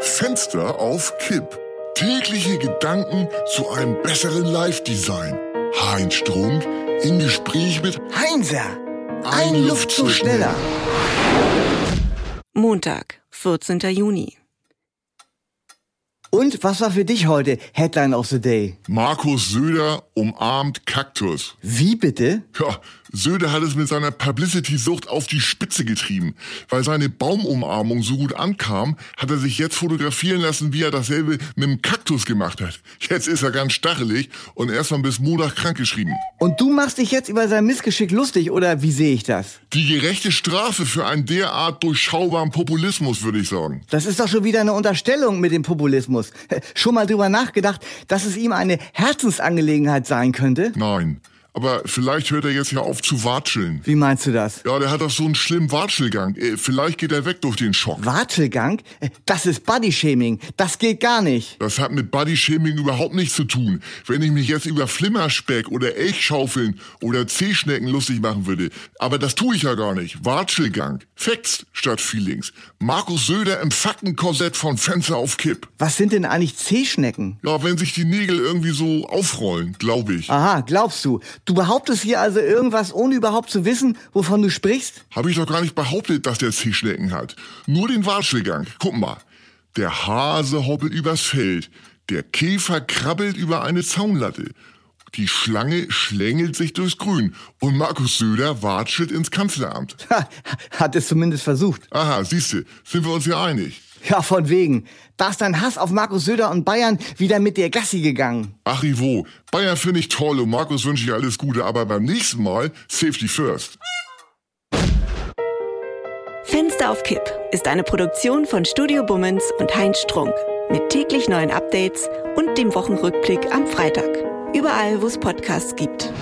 Fenster auf Kipp. Tägliche Gedanken zu einem besseren Live-Design. Heinz Strunk im Gespräch mit Heinzer, Ein Luftzug schneller. Montag, 14. Juni. Und was war für dich heute Headline of the Day? Markus Söder umarmt Kaktus. Wie bitte? Ja, Söder hat es mit seiner Publicity-Sucht auf die Spitze getrieben. Weil seine Baumumarmung so gut ankam, hat er sich jetzt fotografieren lassen, wie er dasselbe mit dem Kaktus gemacht hat. Jetzt ist er ganz stachelig und erstmal bis Montag krankgeschrieben. Und du machst dich jetzt über sein Missgeschick lustig, oder wie sehe ich das? Die gerechte Strafe für einen derart durchschaubaren Populismus, würde ich sagen. Das ist doch schon wieder eine Unterstellung mit dem Populismus. Schon mal drüber nachgedacht, dass es ihm eine Herzensangelegenheit sein könnte? Nein. Aber vielleicht hört er jetzt ja auf zu watscheln. Wie meinst du das? Ja, der hat doch so einen schlimmen Watschelgang. Äh, Vielleicht geht er weg durch den Schock. Watschelgang? Das ist Bodyshaming. Das geht gar nicht. Das hat mit Bodyshaming überhaupt nichts zu tun. Wenn ich mich jetzt über Flimmerspeck oder Elchschaufeln oder Zehschnecken lustig machen würde. Aber das tue ich ja gar nicht. Watschelgang. Facts statt Feelings. Markus Söder im Faktenkorsett von Fenster auf Kipp. Was sind denn eigentlich Zehschnecken? Ja, wenn sich die Nägel irgendwie so aufrollen, glaube ich. Aha, glaubst du? Du behauptest hier also irgendwas, ohne überhaupt zu wissen, wovon du sprichst? Habe ich doch gar nicht behauptet, dass der Zehschnecken hat. Nur den Watschelgang. Guck mal. Der Hase hoppelt übers Feld. Der Käfer krabbelt über eine Zaunlatte. Die Schlange schlängelt sich durchs Grün. Und Markus Söder watschelt ins Kanzleramt. Ha, hat es zumindest versucht. Aha, siehste, sind wir uns ja einig. Ja, von wegen. Da ist dein Hass auf Markus Söder und Bayern wieder mit dir Gassi gegangen. Ach, Ivo, Bayern finde ich toll und Markus wünsche ich alles Gute, aber beim nächsten Mal Safety First. Fenster auf Kipp ist eine Produktion von Studio Bummens und Heinz Strunk. Mit täglich neuen Updates und dem Wochenrückblick am Freitag. Überall, wo es Podcasts gibt.